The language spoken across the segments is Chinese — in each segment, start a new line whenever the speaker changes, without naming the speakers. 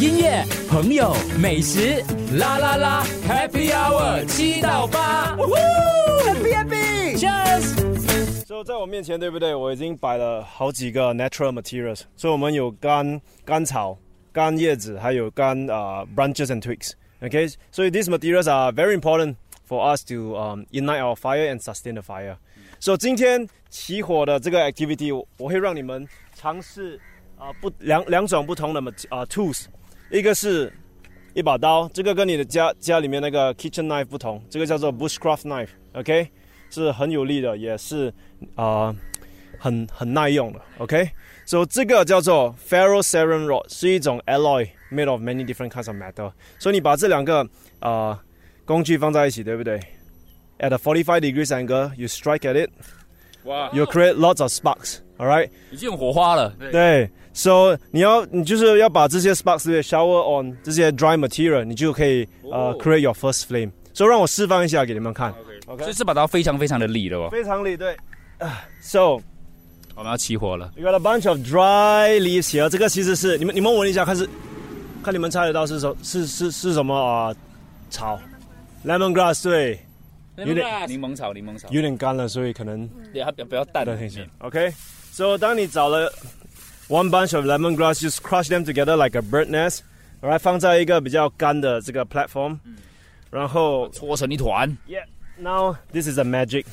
音乐、朋友、美食，啦啦啦，Happy Hour 七到八，Happy Happy，Cheers！
就在我面前，对不对？我已经摆了好几个 natural materials，所以我们有干干草、干叶子，还有干啊、branches and twigs。Okay，所以 these materials are very important for us to um ignite our fire and sustain the fire。所以今天起火的这个 activity，我我会让你们尝试啊不两两种不同的 mat- 啊 tools，一个是一把刀，这个跟你的家家里面那个 kitchen knife 不同，这个叫做 bushcraft knife，OK，、是很有力的，也是啊、很很耐用的，OK。So 这个叫做 ferrocerrum rod，是一种 alloy made of many different kinds of metal。所以你把这两个啊、呃工具放在一起，对不对？At a 45 degrees angle, you strike at it,
哇，
you create lots of sparks. All right，
已经有火花了，
对，so 你要你就是要把这些 sparks 对不对 shower on 这些 dry material，你就可以呃
哦
create your first flame。所以让我示范一下给你们看。OK，
所以这把刀非常非常的利了哦。
非常利对。So 啊
我们要起火了，
you got a bunch of dry leaves here。这个其实是你们你们闻一下，看是看你们猜得到是什是是是什么啊、草？Lemongrass 对，有点
柠檬草，柠檬草，
有点干了，所以可能
点它不要不要淡
不太听清。OK。So 当你找了 one bunch of lemongrass, just crush them together like a bird nest，然后放在一个比较干的这个 platform，、然后
搓成一团。
yeah now this is a magic。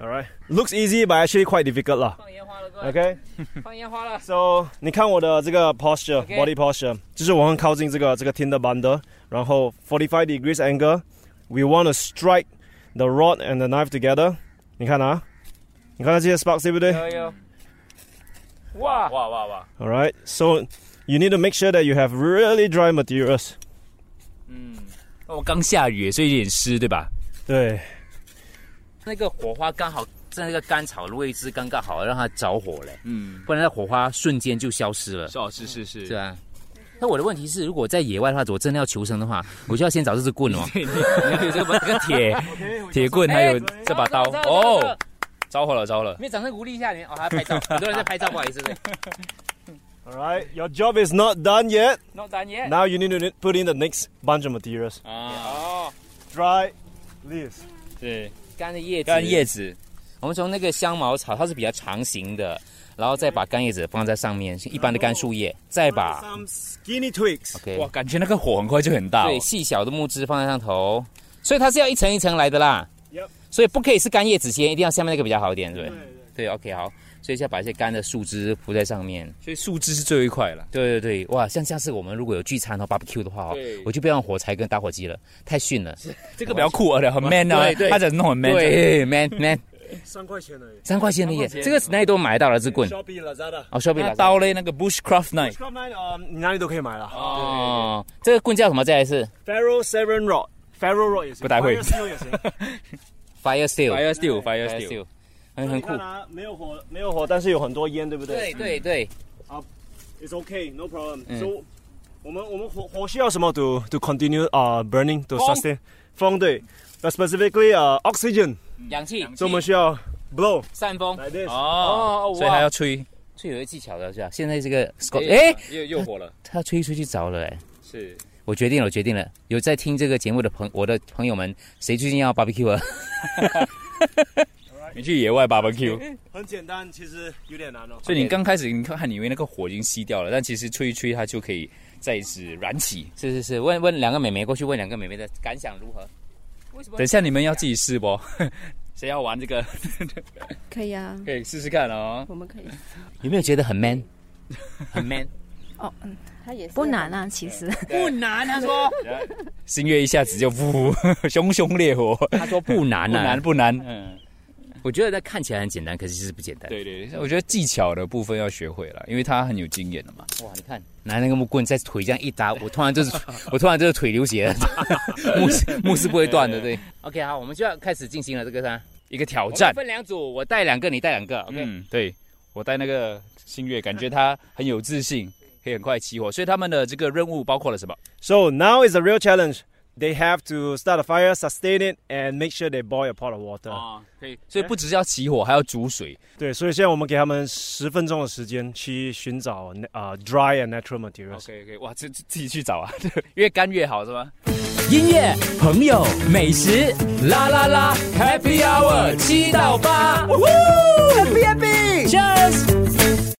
Alright, looks easy, but actually quite difficult 啦。
放烟花了，各位
OK，
放烟花了。
So，你看我的这个 posture、
OK
body posture，就是我很靠近这个这个 tinder bundle，然后45 degrees angle。We want to strike the rod and the knife together。你看啊，你看到这些 sparks 对不对
有有。哇，
哇哇哇！
？All right. So you need to make sure that you have really dry materials。
嗯，
哦，刚下雨，所以有点湿，对吧？
对，
那个火花刚好在那个干草的位置，刚刚好让它着火嘞，
嗯，
不然那火花瞬间就消失了。
是哦，是是是，
对啊。那我的问题是，如果在野外的话，我真的要求生 的话，我就要先找这支棍哦，
有这个这个 铁铁棍，还
哎
有这把刀。哦，着火了，着火了。
没掌声鼓励一下你哦，还拍照，很多人在拍照，不好意思。
All right. Your job is not done yet.
No done yet.
Now you need to put in the next bunch of materials.
啊，
哦，
Dry leaves.
对，
干的叶子，
干叶子，
我们从那个香茅草，它是比较长形的，然后再把干叶子放在上面，是一般的干树叶，再把
Some skinny twigs.
OK，
哇，感觉那个火很快就很大哦。
对，细小的木枝放在上头，所以它是要一层一层来的啦。
Yep
所以不可以是干叶子先，一定要下面那个比较好一点，对不对？对，OK，好。所以先把一些干的树枝铺在上面。
所以树枝是最快了。
对对对，哇，像下次我们如果有聚餐和 barbecue 的话哦
对，
我就不要用火柴跟打火机了，太逊了。
这个比较酷啊，很 man 啊
对，对
他整弄很 man。
对，man man，
三块钱而已。
三块钱的耶，
三块钱
这个 s n a 都买到了，这棍
Shopee Lazada。
哦，小比
那
拉
刀嘞，那个 bushcraft knife，
Scrub Nine，呃，你哪里都可以买了。
哦，这个棍叫什么？再来是
Ferro Seven Rod，Ferro Rod 也行，
不太会
Fire Steel 也行。
fire steel，fire
Fire steel，fire steel。
steel，很很酷
你看。啊，没有火，没有火，但是有很多烟，对不对？
对对对，
对，It's okay, no problem.
嗯
So，我们我们火火需要什么？To to continue 啊 burning to sustain 风对，but specifically 呃 oxygen，
氧气，
所以我们需要 blow
扇风。
like this。
哦，
哦，
所以还
哇
要吹。
最有一技巧的是吧？啊现在这个 Scott，
哎
哎，，
又又火了，
他吹出去着了哎！
是，
我决定了，我决定了。有在听这个节目的朋，我的朋友们，谁最近要 barbecue 啊？
你去野外 barbecue，
很简单，其实有点难哦。
所以你刚开始你看你以为那个火已经熄掉了，但其实吹一吹它就可以再次燃起。
是是是，问问两个美眉过去，问两个美眉的感想如何？为什么
等一下你们要自己试不？谁要玩这个？
可以啊，
可以试试看哦。
我们可以。
有没有觉得很 man？很 man，
哦，嗯，他也不难啊，其实。
不难。他说，
星月一下子就呜， 熊熊烈火，
他说不难
不
啊，
难。不难。嗯，
我觉得他看起来很简单，可是其实不简单。
对对，对我觉得技巧的部分要学会了，因为他很有经验了嘛。
哇，你看拿那个木棍在腿这样一打，我突然就是 我突然就是腿流血了， 木是木是不会断的， 对。OK，好，我们就要开始进行了这个啥？
一个挑
我们
战。
分两组，我带两个，你带两个。OK，、
嗯，对，我带那个星月，感觉他很有自信，可以很快起火，所以他们的这个任务包括了什么？
So now is the real challenge. they have to start a fire, sustain it, and make sure they boil a pot of water.
Ah。
啊，可以，
所以不只是要起火，还要煮水。
对，所以现在我们给他们十分钟的时间去寻找啊、呃 dry and natural materials。
OK OK，哇，这这自己去找啊， 越干越好是吗？
音乐、朋友、美食，啦啦啦，Happy Hour 七到八，呜呼